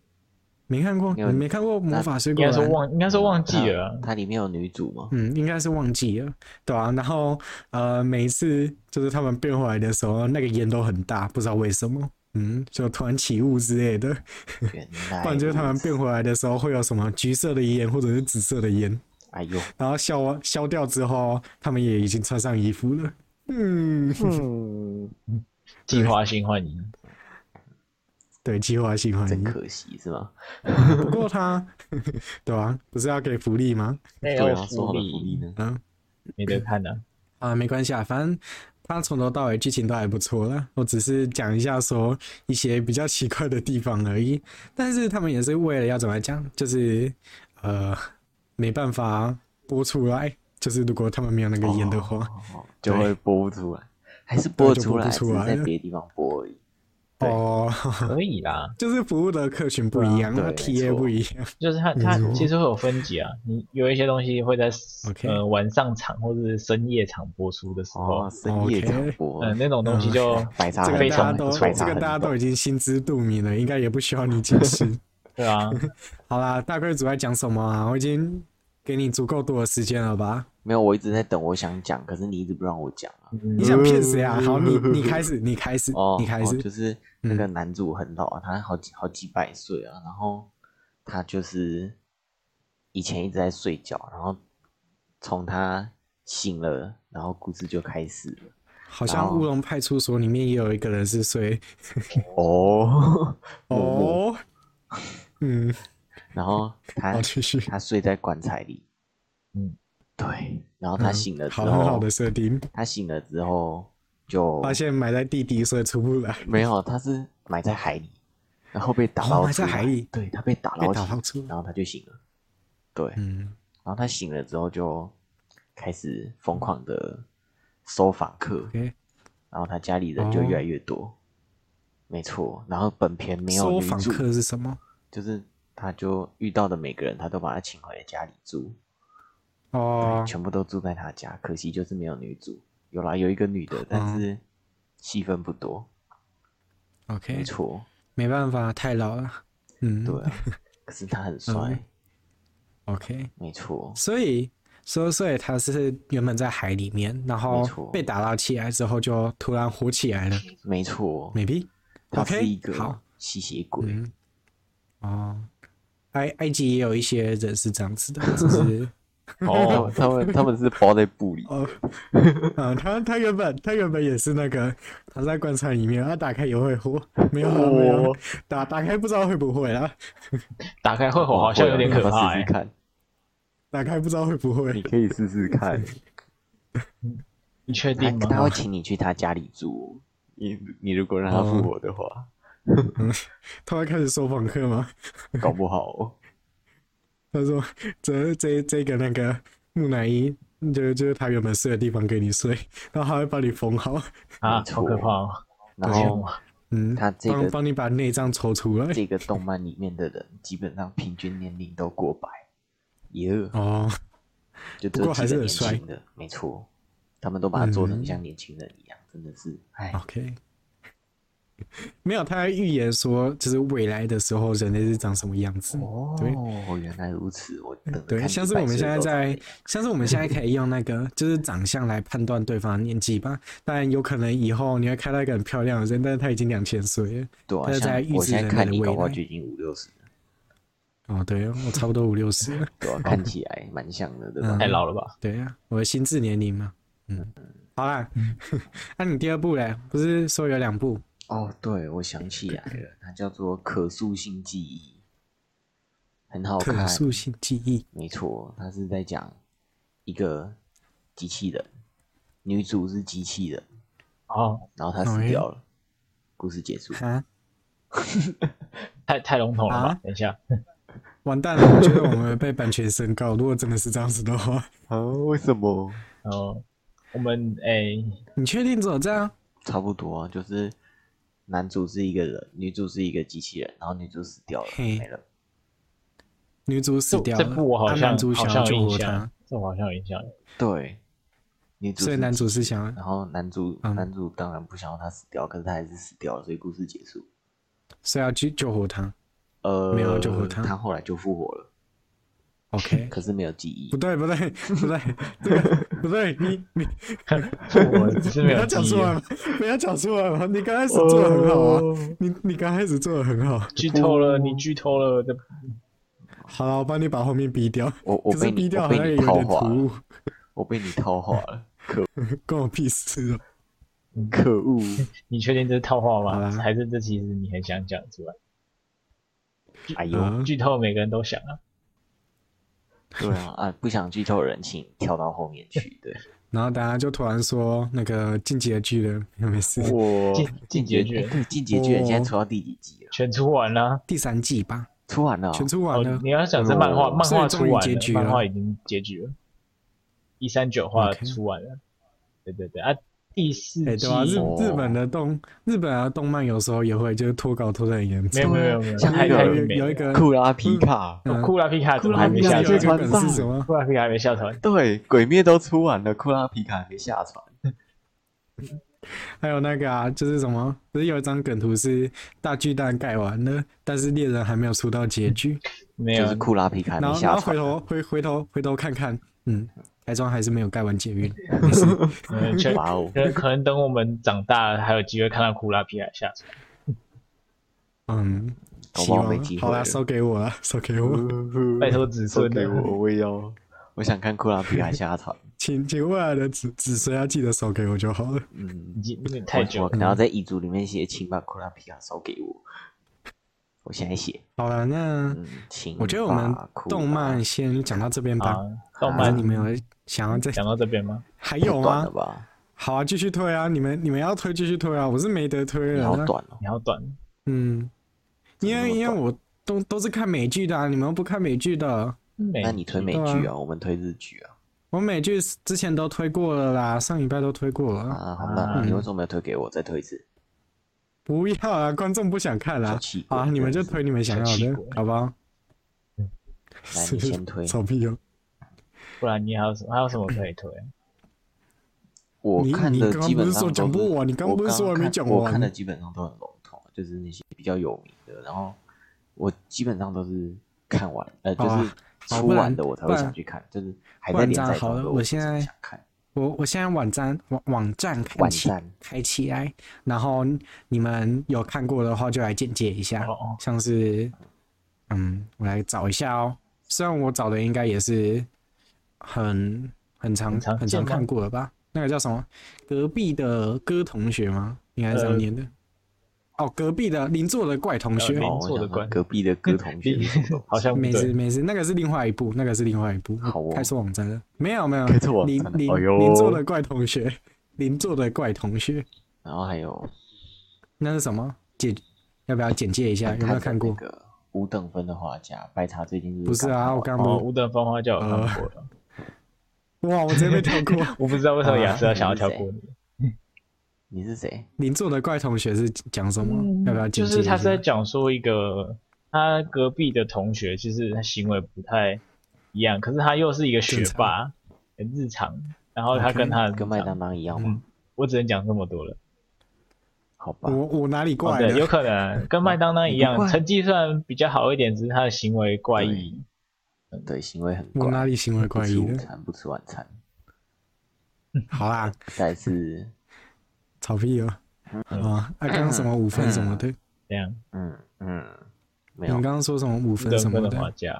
Speaker 1: 没看过，
Speaker 2: 没
Speaker 1: 你
Speaker 2: 有
Speaker 1: 没看过《魔
Speaker 2: 那
Speaker 1: 法水
Speaker 3: 应
Speaker 1: 果
Speaker 3: 该
Speaker 1: 篮
Speaker 3: 说》？忘，应该说忘记了啊。
Speaker 2: 它它里面有女主吗？
Speaker 1: 嗯，应该是忘记了，对啊。然后呃，每一次就是他们变回来的时候，那个烟都很大，不知道为什么，嗯，就突然起雾之类的。
Speaker 2: 原 来
Speaker 1: 不然就是他们
Speaker 2: 如此
Speaker 1: 变回来的时候会有什么橘色的烟或者是紫色的烟，
Speaker 2: 哎呦，
Speaker 1: 然后消完消掉之后，他们也已经穿上衣服了。嗯，
Speaker 2: 嗯，
Speaker 3: 计划性幻影，
Speaker 1: 对，计划性怀
Speaker 2: 真
Speaker 1: 疑。
Speaker 2: 可惜是吗？
Speaker 1: 不过他， 对啊，不是要给福利吗？
Speaker 3: 没
Speaker 2: 对
Speaker 3: 有
Speaker 2: 啊，说好的福利
Speaker 3: 利，
Speaker 2: 呢？
Speaker 1: 嗯，
Speaker 3: 没得 看的。
Speaker 1: 啊，没关系啊，反正它从头到尾剧情都还不错啦。我只是讲一下说一些比较奇怪的地方而已。但是他们也是为了要怎么讲，就是呃没办法播出来，就是如果他们没有那个烟的话，
Speaker 2: 哦哦哦就会播不出来，还是播得出来，
Speaker 1: 对就播不出来
Speaker 2: 只是在别的地方播而已。对
Speaker 1: 哦，
Speaker 3: 可以啦，
Speaker 1: 就是服务的客群不一样，
Speaker 2: 对啊
Speaker 1: 那
Speaker 2: 对
Speaker 1: T
Speaker 2: 没
Speaker 1: A
Speaker 2: 错
Speaker 1: 不一样。
Speaker 3: 就是它它其实会有分级啊，你有一些东西会在
Speaker 1: OK
Speaker 3: 呃晚上场或者是深夜场播出的时候
Speaker 2: 哦，，深夜场播，
Speaker 3: 嗯，那种东西就
Speaker 2: 白茶
Speaker 1: 哎这个
Speaker 2: 很
Speaker 1: 大家
Speaker 2: 懂
Speaker 1: 都，
Speaker 2: 白啊
Speaker 1: 这
Speaker 2: 茶
Speaker 1: 个
Speaker 2: 很
Speaker 1: 大家都
Speaker 2: 懂
Speaker 1: 已经心知肚明了，应该也不需要你解 释。
Speaker 3: 对 啊，
Speaker 1: 好啦，大贵主在讲什么啊？我已经给你足够多的时间了吧？
Speaker 2: 没有，我一直在等，我想讲，可是你一直不让我讲啊。
Speaker 3: 嗯
Speaker 1: 你想骗谁啊？好，你你 开始，你开始，
Speaker 2: 嗯哦，
Speaker 1: 你嗯开
Speaker 2: 哦就
Speaker 1: 始。
Speaker 2: 是那个男主很老啊，他好几好几百岁啊，然后他就是以前一直在睡觉，然后从他醒了，然后故事就开始了。
Speaker 1: 好像乌龙派出所里面也有一个人是睡
Speaker 2: 哦，
Speaker 1: 哦， 嗯，
Speaker 2: 然后他
Speaker 1: 好继续，
Speaker 2: 他睡在棺材里，
Speaker 3: 嗯，
Speaker 2: 对，然后他醒了之
Speaker 1: 嗯好，很好
Speaker 2: 后，哦
Speaker 1: 的设定，
Speaker 2: 他醒了之后就
Speaker 1: 发现埋在地底所以出不来，
Speaker 2: 没有，他是埋在海里，然后被打
Speaker 1: 哦
Speaker 2: 捞
Speaker 1: 埋在
Speaker 2: 出
Speaker 1: 海
Speaker 2: 来
Speaker 1: 里
Speaker 2: 对他被打
Speaker 1: 被
Speaker 2: 捞
Speaker 1: 打
Speaker 2: 起
Speaker 1: 捞出来。
Speaker 2: 然后他就醒了，对，
Speaker 1: 嗯，
Speaker 2: 然后他醒了之后就开始疯狂的收访客，
Speaker 1: OK，
Speaker 2: 然后他家里人就
Speaker 1: 哦
Speaker 2: 越来越多，没错。然后本片没有
Speaker 1: 收
Speaker 2: 女
Speaker 1: 访
Speaker 2: 主，
Speaker 1: 客是什么？
Speaker 2: 就是他就遇到的每个人，他都把他请回家里住，
Speaker 1: 哦，
Speaker 2: 全部都住在他家。可惜就是没有女主，有啦，有一个女
Speaker 1: 哦
Speaker 2: 的，但是戏份不多，
Speaker 1: OK，
Speaker 2: 没错，
Speaker 1: 没办法，太老了。嗯，
Speaker 2: 对啊。可是他很帅
Speaker 1: 嗯，，OK。
Speaker 2: 没错，
Speaker 1: 所以，所以所以他是原本在海里面，然后
Speaker 2: 没错
Speaker 1: 被打捞起来之后，就突然火起来了。
Speaker 2: 没错，
Speaker 1: Maybe
Speaker 2: 他是
Speaker 1: OK，
Speaker 2: 一个
Speaker 1: 好
Speaker 2: 吸血鬼。
Speaker 1: 嗯，哦，埃埃及也有一些人是这样子的，只 是，
Speaker 2: 哦，他们他们是包在布里
Speaker 1: 哦，嗯，他他原本他原本也是那个他在棺材里面，他打开也会火，没有啦没有
Speaker 2: 哦
Speaker 1: 啦，打打开不知道会不会啊啦，
Speaker 3: 打开会火哦好像有点可怕
Speaker 2: 试
Speaker 3: 哎
Speaker 2: 试。看，
Speaker 1: 打开不知道会不
Speaker 2: 你
Speaker 1: 会，
Speaker 2: 可以试试 看。
Speaker 3: 你确
Speaker 2: 他
Speaker 3: 定
Speaker 2: 他会
Speaker 1: 哦
Speaker 3: 吗？
Speaker 2: 请你去他家里住，哦你你如果让他复活的 话，
Speaker 1: 他会开始收访客吗？
Speaker 2: 搞不好哦
Speaker 1: 他说这这这个那个木乃伊。就就是他原本睡的地方给你睡，然后他会帮你缝好，
Speaker 3: 啊，
Speaker 2: 没错
Speaker 3: 好可怕哦！
Speaker 2: 然
Speaker 3: 不行
Speaker 2: 后
Speaker 3: 吗
Speaker 1: 嗯，
Speaker 2: 他这
Speaker 1: 帮
Speaker 2: 个
Speaker 1: 帮你把内脏抽出来。
Speaker 2: 这个动漫里面的人基本上平均年龄都过百，耶，
Speaker 1: 哦，
Speaker 2: 就
Speaker 1: 不
Speaker 2: 只有
Speaker 1: 过还是
Speaker 2: 几个
Speaker 1: 很
Speaker 2: 年
Speaker 1: 帅
Speaker 2: 轻的，没错，他们都把他做
Speaker 1: 嗯
Speaker 2: 成
Speaker 1: 哦
Speaker 2: 像年轻人一样，真的是，哎，
Speaker 1: OK，没有，他还预言说，就是未来的时候，人类是长什么样子。对嗯
Speaker 2: 哦，原来如此，我等着
Speaker 1: 对，
Speaker 2: 看
Speaker 1: 像
Speaker 2: 100
Speaker 1: 是我们
Speaker 2: 岁
Speaker 1: 现
Speaker 2: 的
Speaker 1: 在在
Speaker 2: 时候才可以，
Speaker 1: 像是我们现在可以用那个就是长相来判断对方的年纪吧。但有可能以后你会看到一个很漂亮的人，但是他已经两千岁了。
Speaker 2: 对啊，
Speaker 1: 但是在
Speaker 2: 像
Speaker 1: 预
Speaker 2: 我
Speaker 1: 知
Speaker 2: 现在
Speaker 1: 人类
Speaker 2: 看
Speaker 1: 的
Speaker 2: 你
Speaker 1: 未
Speaker 2: 搞不好
Speaker 1: 来
Speaker 2: 就已经五六十了，
Speaker 1: 哦，对，我差不多五六十 了。
Speaker 2: 对啊，看起来蛮像的，对吧
Speaker 1: 嗯？
Speaker 3: 太老了吧？
Speaker 1: 对呀、我的心智年龄嘛。嗯，好啦，
Speaker 2: 嗯
Speaker 1: 那、你第二部嘞？不是说有两部？
Speaker 2: 哦，对，我想起来了，它叫做可塑性记忆。很好
Speaker 1: 可
Speaker 2: 看。
Speaker 1: 塑性记忆，
Speaker 2: 没错，他是在讲一个机器人，女主是机器人，
Speaker 3: 哦，
Speaker 2: 然后她死
Speaker 1: 哎
Speaker 2: 掉了，故事结束。
Speaker 1: 哈，
Speaker 3: 太太笼统了吧？
Speaker 1: 啊
Speaker 3: 等一下，
Speaker 1: 完蛋了！我觉得我们被版权申告，如果真的是这样子的话，
Speaker 2: 啊？为什么？
Speaker 3: 然后哦我们哎诶、
Speaker 1: 你确定只有这样？
Speaker 2: 差不多啊，就是男主是一个人，女主是一个机器人，然后女主死掉了，
Speaker 1: 嘿
Speaker 2: 没了。
Speaker 1: 女主死
Speaker 3: 这
Speaker 1: 掉
Speaker 3: 这
Speaker 1: 了，
Speaker 3: 部我好
Speaker 1: 啊
Speaker 3: 像
Speaker 1: 男主
Speaker 3: 好
Speaker 1: 想要
Speaker 3: 像有
Speaker 1: 救
Speaker 3: 印
Speaker 1: 活
Speaker 3: 象
Speaker 1: 她，，
Speaker 3: 这我好像有印象。
Speaker 2: 对，女主
Speaker 1: 所以
Speaker 2: 是
Speaker 1: 男
Speaker 2: 机
Speaker 1: 主是想要
Speaker 2: 然后男主、
Speaker 1: 嗯
Speaker 2: 男主当然不想要她死掉，可是她还是死掉了，所以故事结束。
Speaker 1: 是要去救活她。
Speaker 2: 呃，
Speaker 1: 没有救啊活她
Speaker 2: 她，后来就复活了，
Speaker 1: OK，
Speaker 2: 可是没有记忆
Speaker 1: 不。对不对不对，这个不 对，你你
Speaker 3: 我只是
Speaker 1: 不
Speaker 3: 没
Speaker 1: 要
Speaker 3: 有
Speaker 1: 讲
Speaker 3: 记忆
Speaker 1: 错
Speaker 3: 啊。
Speaker 1: 了，不要讲错了，你刚开始做的很好啊，
Speaker 3: 哦
Speaker 1: 你你刚开始做的很好。
Speaker 3: 啊剧透了，你剧透了，这
Speaker 1: 好了，我帮你把后面逼掉，
Speaker 2: 我我
Speaker 1: 可
Speaker 2: 被
Speaker 1: 是逼
Speaker 2: 你
Speaker 1: 掉
Speaker 2: 我
Speaker 1: 好
Speaker 2: 被
Speaker 1: 像也
Speaker 2: 你
Speaker 1: 有
Speaker 2: 套
Speaker 1: 点
Speaker 3: 啊
Speaker 2: 话
Speaker 1: 突
Speaker 2: 了，
Speaker 1: 兀，
Speaker 2: 我被你套话了，可
Speaker 1: 关我屁事哦。
Speaker 2: 可 恶！
Speaker 3: 你确定这是套话
Speaker 1: 好啊
Speaker 3: 吗？
Speaker 1: 啦
Speaker 3: 还是这其实你很想讲出来？
Speaker 2: 哎呦，
Speaker 1: 嗯
Speaker 3: 剧透每个人都想啊。
Speaker 2: 对啊，啊，不想剧透的人，请跳到后面去。 对，
Speaker 1: 然后大家就突然说那个进阶巨人，没事，
Speaker 2: 我
Speaker 3: 进进阶巨
Speaker 2: 剧，
Speaker 3: 人
Speaker 2: 对，进阶巨人
Speaker 1: 哦
Speaker 2: 现在出到第几集了？
Speaker 3: 全出完了。
Speaker 1: 第三季吧，
Speaker 2: 出完了哦，
Speaker 1: 全出完
Speaker 3: 哦
Speaker 1: 了，。
Speaker 3: 你要想是漫画，
Speaker 2: 哦
Speaker 3: 漫画出
Speaker 1: 所以终于
Speaker 3: 完
Speaker 1: 结局
Speaker 3: 漫
Speaker 1: 了
Speaker 3: 画已经结局了，一三九话
Speaker 1: OK
Speaker 3: 出完了。对对对啊，第四
Speaker 1: 哎、
Speaker 3: 季
Speaker 1: 对啊，日
Speaker 2: 哦
Speaker 1: 日本的动日本的动漫有时候也会就是脱稿脱的很严重，
Speaker 3: 没有没有没有，
Speaker 2: 像
Speaker 3: 太
Speaker 2: 那个
Speaker 3: 太
Speaker 1: 有
Speaker 3: 完美
Speaker 1: 有一个
Speaker 3: 了。
Speaker 2: 库拉皮卡，
Speaker 1: 嗯
Speaker 3: 库拉皮卡怎么还没
Speaker 1: 有
Speaker 3: 下
Speaker 1: 一
Speaker 2: 库拉
Speaker 1: 个
Speaker 2: 皮
Speaker 3: 船？
Speaker 1: 梗
Speaker 2: 卡
Speaker 1: 是什么？
Speaker 3: 库拉皮卡还没下船。
Speaker 2: 对，鬼灭都出完了，库拉皮卡还没下船。
Speaker 1: 还有那个啊，就是什么？不是有一张梗图是大巨蛋盖完了，但是猎人还没有出到结局，
Speaker 3: 没有
Speaker 2: 就是，库拉皮嗯卡还
Speaker 1: 然
Speaker 2: 没
Speaker 1: 后然
Speaker 2: 下
Speaker 1: 后回
Speaker 2: 船，
Speaker 1: 头回回头回头看看，嗯，台中还是没有盖完捷运，
Speaker 3: 嗯全
Speaker 2: 哇哦，
Speaker 3: 可能可能等我们长大还有机会看到库拉皮卡下船。
Speaker 1: 嗯，
Speaker 2: 搞
Speaker 1: 希
Speaker 2: 不好
Speaker 1: 望
Speaker 2: 没机会嗯
Speaker 1: 好啦，
Speaker 2: 了
Speaker 1: 收给我啦，收给我，
Speaker 3: 拜托子孙
Speaker 2: 给
Speaker 3: 的，
Speaker 2: 我，我也要，我想看库拉皮卡下场。
Speaker 1: 请请啊未来的子子孙要记得收给我就好了。
Speaker 3: 已
Speaker 2: 嗯，
Speaker 3: 经有点太
Speaker 2: 我
Speaker 3: 久
Speaker 2: 我
Speaker 3: 了。
Speaker 2: 可能要在遗嘱里面写，请把库拉皮卡烧给我。我现在写，
Speaker 1: 好了，那
Speaker 2: 嗯，请
Speaker 1: 我觉得我们
Speaker 2: 把库拉
Speaker 1: 动漫先讲到这边吧
Speaker 3: 啊。，动
Speaker 1: 还是
Speaker 3: 漫
Speaker 1: 你们有想要再
Speaker 3: 讲到这边吗？
Speaker 1: 还
Speaker 2: 太
Speaker 1: 有
Speaker 2: 短
Speaker 1: 吗
Speaker 2: 了？吧？
Speaker 1: 好啊，继续推啊！你们你们要推继续推啊！我是没得推
Speaker 2: 你
Speaker 1: 了。
Speaker 2: 好
Speaker 1: 那
Speaker 2: 短哦，
Speaker 3: 你好短，
Speaker 1: 嗯，因
Speaker 2: 怎么那
Speaker 1: 为
Speaker 2: 么
Speaker 1: 因为
Speaker 2: 短
Speaker 1: 我都都是看美剧的、啊，你们又不看美剧的。
Speaker 3: 美
Speaker 2: 那你推美
Speaker 1: 对啊
Speaker 2: 剧啊，我们推日剧啊。
Speaker 1: 我美剧之前都推过了啦，上礼拜都推过了。
Speaker 2: 啊，好那
Speaker 3: 嗯
Speaker 2: 你为什么没有推给我？再推一次。
Speaker 1: 不要啊，观众不想看
Speaker 2: 小
Speaker 1: 啦
Speaker 2: 气。鬼
Speaker 1: 好啊，你们就推你们想要
Speaker 3: 小气
Speaker 1: 的
Speaker 3: 鬼，
Speaker 1: 好不好？
Speaker 2: 来，你先推。
Speaker 1: 臭屁哦！
Speaker 3: 不然你还有什么还有什么可以推？
Speaker 2: 我
Speaker 1: 你
Speaker 2: 看
Speaker 1: 你
Speaker 2: 的
Speaker 1: 刚刚
Speaker 2: 基
Speaker 1: 不
Speaker 2: 本
Speaker 1: 是
Speaker 2: 上
Speaker 1: 说
Speaker 2: 都
Speaker 1: 讲不完你刚
Speaker 2: 我
Speaker 1: 不是说还没
Speaker 2: 看
Speaker 1: 讲
Speaker 2: 我
Speaker 1: 完
Speaker 2: 看的基本上都很笼统，就是那些比较有名的，然后我基本上都是看完，呃，就
Speaker 1: 好啊
Speaker 2: 是
Speaker 1: 好
Speaker 2: 出
Speaker 1: 不然
Speaker 2: 完的我才
Speaker 1: 不
Speaker 2: 会
Speaker 1: 然
Speaker 2: 想去看，就是还
Speaker 1: 不
Speaker 2: 在
Speaker 1: 然
Speaker 2: 连
Speaker 1: 这样
Speaker 2: 载
Speaker 1: 好
Speaker 2: 中
Speaker 1: 了
Speaker 2: 的，
Speaker 1: 我
Speaker 2: 才
Speaker 1: 现
Speaker 2: 会
Speaker 1: 在
Speaker 2: 想看。
Speaker 1: 我我现在网站网网站开
Speaker 2: 网
Speaker 1: 起
Speaker 2: 站
Speaker 1: 开起来，然后你们有看过的话就来简介一下。
Speaker 3: 哦哦，
Speaker 1: 像是，嗯，我来找一下哦。虽然我找的应该也是很很常
Speaker 3: 很常
Speaker 1: 很
Speaker 3: 见
Speaker 1: 常
Speaker 3: 吗
Speaker 1: 看过的吧？那个叫什么？隔壁的歌同学吗？应该是这样
Speaker 3: 呃
Speaker 1: 念的。哦，隔壁的邻座的怪同
Speaker 3: 呃
Speaker 1: 学。
Speaker 3: 邻
Speaker 2: 哦，我
Speaker 3: 做的
Speaker 2: 想说
Speaker 3: 关
Speaker 2: 隔壁的歌 同学是什么东西，
Speaker 3: 好像不
Speaker 1: 没事
Speaker 3: 对，
Speaker 1: 没事，那个是另外一部，那个是另外一部。
Speaker 2: 呃好哦
Speaker 1: 开错网站了？没有没有，
Speaker 2: 开错网
Speaker 1: 邻
Speaker 2: 站了
Speaker 1: 邻
Speaker 2: 哎呦
Speaker 1: 邻座的怪同学， 邻座的怪同学，
Speaker 2: 然后还 有
Speaker 1: 那是什么？简要不要简介一下？有没有看过
Speaker 2: 那？个五等分的画家白茶最近
Speaker 1: 不是啊，我
Speaker 2: 嗯
Speaker 1: 刚刚
Speaker 3: 哦，
Speaker 1: 不
Speaker 3: 五等风花就有看过
Speaker 2: 呃
Speaker 3: 了，
Speaker 1: 哇，我直接被跳过。
Speaker 3: 我不知道为什么亚瑟想要跳
Speaker 2: 嗯
Speaker 3: 过你。
Speaker 2: 你是谁？
Speaker 1: 您做的怪同学是讲什么？
Speaker 2: 嗯
Speaker 1: 要不要简
Speaker 3: 嗯就
Speaker 1: 介
Speaker 3: 是
Speaker 1: 一
Speaker 3: 他是在
Speaker 1: 下
Speaker 3: 讲说一个他隔壁的同学，其实他行为不太一样，可是他又是一个学霸，很日常。然后他跟他
Speaker 2: 跟麦当当一样吗
Speaker 3: 嗯？我只能讲这么多了。
Speaker 2: 好吧，
Speaker 1: 我我哪里
Speaker 3: 哦
Speaker 1: 怪
Speaker 3: 对，有
Speaker 1: 了？
Speaker 3: 可 能跟麦当当一
Speaker 2: 你不
Speaker 3: 样，
Speaker 2: 怪
Speaker 3: 成绩虽然比较好一点，只是他的行为怪异。
Speaker 2: 对，行为很
Speaker 1: 我哪
Speaker 2: 怪，
Speaker 1: 里行为
Speaker 2: 不
Speaker 1: 怪
Speaker 2: 吃
Speaker 1: 异
Speaker 2: 午
Speaker 1: 了？
Speaker 2: 餐，不吃晚餐。
Speaker 1: 好啦，
Speaker 2: 再来是，
Speaker 1: 草屁哦！
Speaker 3: 嗯
Speaker 1: 啊，啊，刚刚什么五分什么的？
Speaker 3: 这样，
Speaker 2: 嗯嗯，没
Speaker 1: 你
Speaker 2: 有
Speaker 1: 们，刚刚说什么五
Speaker 3: 五
Speaker 1: 分
Speaker 3: 等
Speaker 1: 什
Speaker 3: 分
Speaker 1: 么
Speaker 3: 的画
Speaker 1: 的？
Speaker 3: 家，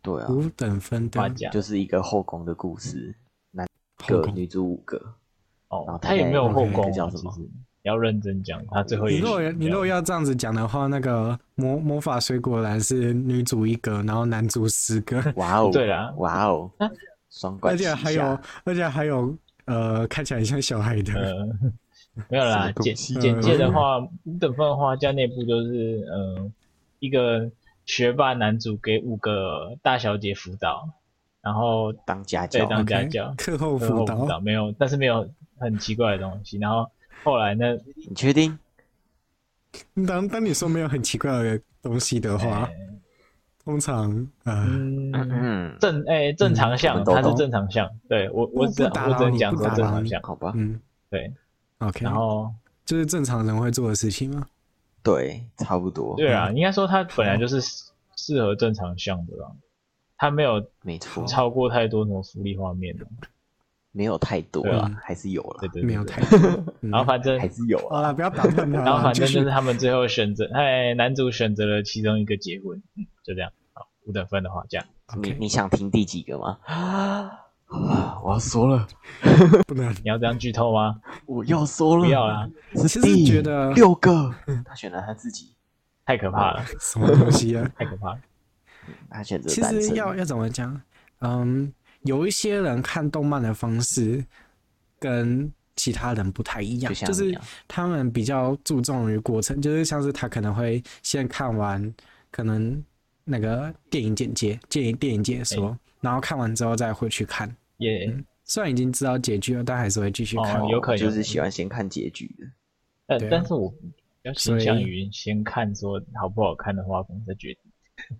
Speaker 2: 对啊，
Speaker 1: 五等分
Speaker 3: 画
Speaker 1: 的
Speaker 3: 家
Speaker 2: 就是一个后宫的故事，男
Speaker 1: 后
Speaker 2: 个
Speaker 1: 宫
Speaker 2: 女主五个，然
Speaker 3: 哦
Speaker 2: 后，
Speaker 3: 他也
Speaker 2: 在
Speaker 3: 没有后
Speaker 1: 那个
Speaker 3: 宫
Speaker 2: 叫
Speaker 3: 啊，
Speaker 2: 什
Speaker 3: 其
Speaker 2: 么
Speaker 3: 实要认真讲，他最后
Speaker 1: 哦你
Speaker 3: 也
Speaker 1: 如果
Speaker 3: 是
Speaker 1: 你如果要这样子讲的话，那个魔魔法水果篮是女主一个，然后男主十个，
Speaker 2: 哇哦，
Speaker 3: 对啊啦
Speaker 2: 哇哦，双管
Speaker 1: 而
Speaker 2: 齐
Speaker 1: 且
Speaker 3: 啊
Speaker 1: 啊
Speaker 2: 下，
Speaker 1: 还有而且还有呃看起来像小孩的，
Speaker 3: 呃，没有
Speaker 2: 什
Speaker 3: 啦
Speaker 2: 么，东
Speaker 3: 简
Speaker 2: 西
Speaker 1: 嗯
Speaker 3: 简介的话，五等分的话，家内部就是呃一个学霸男主给五个大小姐辅导，然后呃
Speaker 2: 当家
Speaker 3: 对
Speaker 2: 教，
Speaker 3: 当家
Speaker 1: OK，
Speaker 3: 教
Speaker 1: 课后
Speaker 3: 课后
Speaker 1: 辅
Speaker 3: 辅
Speaker 1: 导
Speaker 3: 导，没有，但是没有很奇怪的东西。然后后来呢，
Speaker 2: 你确定？
Speaker 1: 当当你说没有很奇怪的东西的话，通常呃
Speaker 3: 嗯，
Speaker 2: 嗯，
Speaker 3: 正哎、正常
Speaker 2: 我
Speaker 3: 项，
Speaker 2: 们都
Speaker 3: 他是
Speaker 2: 懂
Speaker 3: 正常项，对我我
Speaker 1: 不
Speaker 3: 只
Speaker 1: 不打
Speaker 3: 我
Speaker 1: 扰
Speaker 3: 只能
Speaker 1: 你
Speaker 3: 讲
Speaker 1: 不
Speaker 3: 说
Speaker 1: 打
Speaker 3: 正
Speaker 1: 扰
Speaker 3: 常
Speaker 1: 你
Speaker 3: 项，
Speaker 2: 好吧，
Speaker 1: 嗯
Speaker 3: 对，
Speaker 1: OK，
Speaker 3: 然后
Speaker 1: 就是正常人会做的事情吗？
Speaker 2: 对，差不多，
Speaker 3: 对啊，应该说他本来就是适适合正常项的啦，他没有
Speaker 2: 没错，
Speaker 3: 超过太多那种福利画面的，
Speaker 2: 没有太多
Speaker 3: 对
Speaker 2: 了
Speaker 1: 啊，
Speaker 2: 还是有了
Speaker 3: 对，对对
Speaker 1: 没有
Speaker 3: 对
Speaker 1: 太多。 嗯
Speaker 3: 然后反正
Speaker 2: 还是有
Speaker 1: 好
Speaker 2: 了，
Speaker 1: 了，不要打断他
Speaker 3: 然后
Speaker 1: 了，
Speaker 3: 反
Speaker 1: 继
Speaker 3: 正就
Speaker 1: 续
Speaker 3: 是。他们最后选择，哎，男主选择了其中一个结婚，嗯，就这样，好，五等分的话，这样，
Speaker 1: 哦
Speaker 2: 你
Speaker 1: OK，
Speaker 2: 你想听第几个吗？ 啊，我要说了，
Speaker 1: 不能。
Speaker 3: 你要这样剧透吗？
Speaker 2: 我要说了，
Speaker 3: 不要啦，
Speaker 1: 其
Speaker 2: 是
Speaker 1: 实
Speaker 2: 第
Speaker 1: 觉得嗯
Speaker 2: 六个，他选了他自己，
Speaker 3: 太可怕 了，
Speaker 1: 什么东西 啊？
Speaker 3: 太可怕了，
Speaker 2: 他选择
Speaker 1: 其
Speaker 2: 单
Speaker 1: 实
Speaker 2: 身，
Speaker 1: 要要怎么讲？嗯，有一些人看动漫的方式跟其他人不太一样，
Speaker 2: 就
Speaker 1: 就
Speaker 2: 像你
Speaker 1: 是
Speaker 2: 啊
Speaker 1: 他们比较注重于过程，就是像是他可能会先看完可能那个电影简介、电影电影解说，然后看完之后再回去看。
Speaker 3: 耶，
Speaker 1: 虽然已经知道结局了，但还是会继续看。
Speaker 3: 哦有可能
Speaker 2: 就是喜欢先看结局的，
Speaker 3: 但
Speaker 1: 对啊
Speaker 3: 但是我比较
Speaker 1: 所
Speaker 3: 倾向
Speaker 1: 以
Speaker 3: 于先看说好不好看的画风再决定，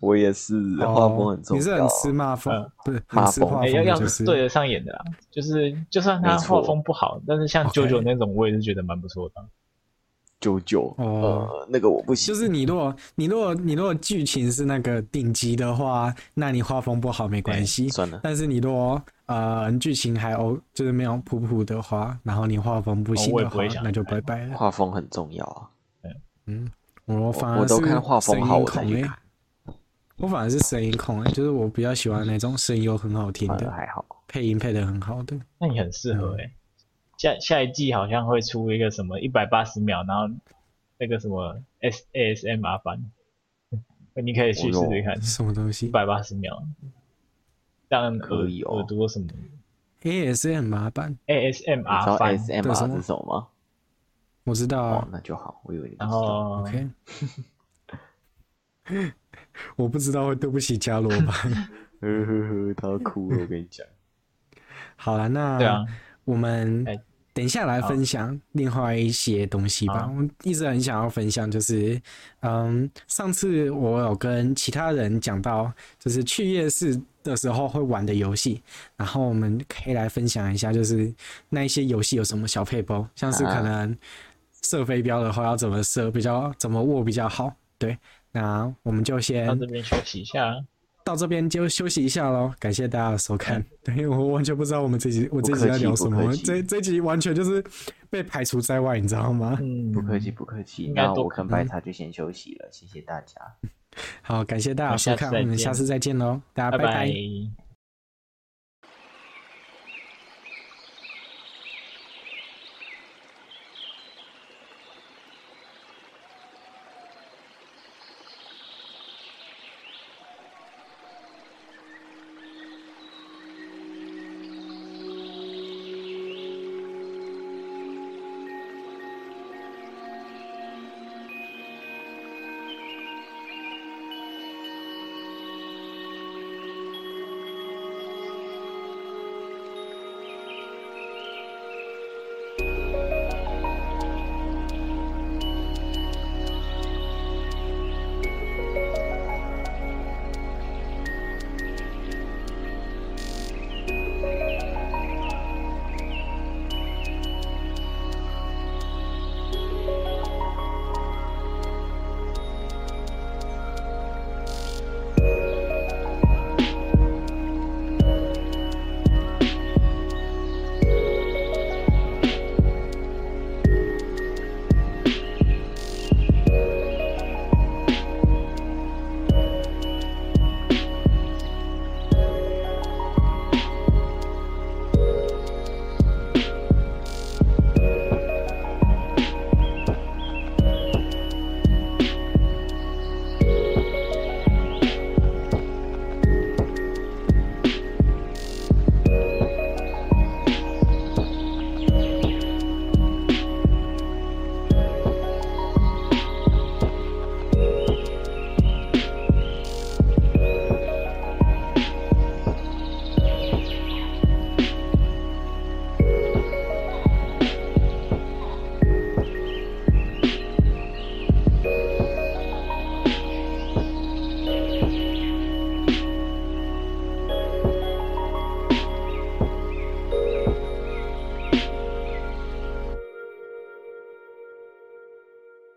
Speaker 2: 我也是，画风很
Speaker 1: 哦
Speaker 2: 重要，啊
Speaker 1: 你是很吃骂风，
Speaker 3: 嗯
Speaker 1: 不是很
Speaker 2: 骂
Speaker 1: 吃
Speaker 2: 风
Speaker 1: 画
Speaker 3: 哎
Speaker 1: 风
Speaker 3: 要
Speaker 1: 的，
Speaker 3: 要
Speaker 1: 就是
Speaker 3: 对得上眼的啦，就是就算他
Speaker 2: 没错
Speaker 3: 画风不好，但是像
Speaker 1: OK
Speaker 3: 九九那种，我也是觉得蛮不错的，
Speaker 2: 九九，
Speaker 1: 哦
Speaker 2: 呃，那个我不行，
Speaker 1: 就是你如果你如果你如果剧情是那个顶级的话，那你画风不好没关系。
Speaker 2: 算了，
Speaker 1: 但是你如果呃剧情还哦，就是没有普普的话，然后你画风不行
Speaker 3: 哦我也
Speaker 1: 的
Speaker 3: 不
Speaker 1: 话，
Speaker 3: 会想
Speaker 1: 那就拜拜了。
Speaker 2: 画风很重要啊，
Speaker 1: 嗯，我反
Speaker 2: 我
Speaker 1: 而
Speaker 2: 我
Speaker 1: 是
Speaker 2: 都看画风
Speaker 1: 声
Speaker 2: 好
Speaker 1: 音
Speaker 2: 我才
Speaker 1: 控
Speaker 2: 去
Speaker 1: 诶、
Speaker 2: 看，
Speaker 1: 我反而是声音控诶、就是我比较喜欢那种声优很好听
Speaker 2: 反而
Speaker 1: 的，
Speaker 2: 呃还好，
Speaker 1: 配音配的很好的。
Speaker 3: 那你很适
Speaker 2: 嗯
Speaker 3: 合哎、下下一季好像会出一个什么一百八十秒，然后那个什么 S A S M R 版， 你可以去试试
Speaker 2: 哦
Speaker 3: 看，
Speaker 1: 什么东西
Speaker 3: 一百八十秒，让
Speaker 2: 可以哦
Speaker 3: 耳耳朵什么
Speaker 1: ？AS 很麻烦，
Speaker 3: A S M
Speaker 2: 你知
Speaker 3: R
Speaker 2: 道
Speaker 3: 版，
Speaker 2: S M
Speaker 1: 对什
Speaker 2: R
Speaker 1: 么
Speaker 2: 是什么吗？
Speaker 1: 我知道
Speaker 2: 哦
Speaker 1: 啊，。
Speaker 2: 那就好，我以为你不
Speaker 3: 然
Speaker 2: 知道。
Speaker 3: 后
Speaker 1: OK，我
Speaker 3: 嗯
Speaker 1: 不知道会对不起伽罗 吧。
Speaker 2: 呃呵呵呵，他哭了，我跟你讲。
Speaker 1: 好了，那
Speaker 3: 对啊，
Speaker 1: 我们
Speaker 3: 哎
Speaker 1: 等一下来分享另外一些东西吧。
Speaker 3: 好
Speaker 1: 我一直很想要分享，就是嗯，上次我有跟其他人讲到，就是去夜市的时候会玩的游戏，然后我们可以来分享一下，就是那一些游戏有什么小配包，像是可
Speaker 2: 啊
Speaker 1: 能射飞镖的话要怎么射比较，怎么握比较好。对，那我们就先
Speaker 2: 嗯
Speaker 3: 到这边休息一下，
Speaker 1: 到这边就休息一下喽，感谢大家的收看。 对，我完全不知道我们这集我这集
Speaker 2: 不
Speaker 1: 要
Speaker 2: 客气
Speaker 1: 聊什
Speaker 2: 不
Speaker 1: 么
Speaker 2: 客，气
Speaker 1: 这这集完全就是被排除在外，你知道吗？
Speaker 3: 嗯，
Speaker 2: 不客气，不客气。
Speaker 3: 应该嗯
Speaker 2: 那
Speaker 3: 多
Speaker 2: 我跟白茶就先休息了，谢谢大家。
Speaker 1: 好，感谢大家的收看，
Speaker 3: 好下次再
Speaker 1: 我
Speaker 3: 见
Speaker 1: 们下次再见喽，大家
Speaker 3: 拜
Speaker 1: 拜拜
Speaker 3: 拜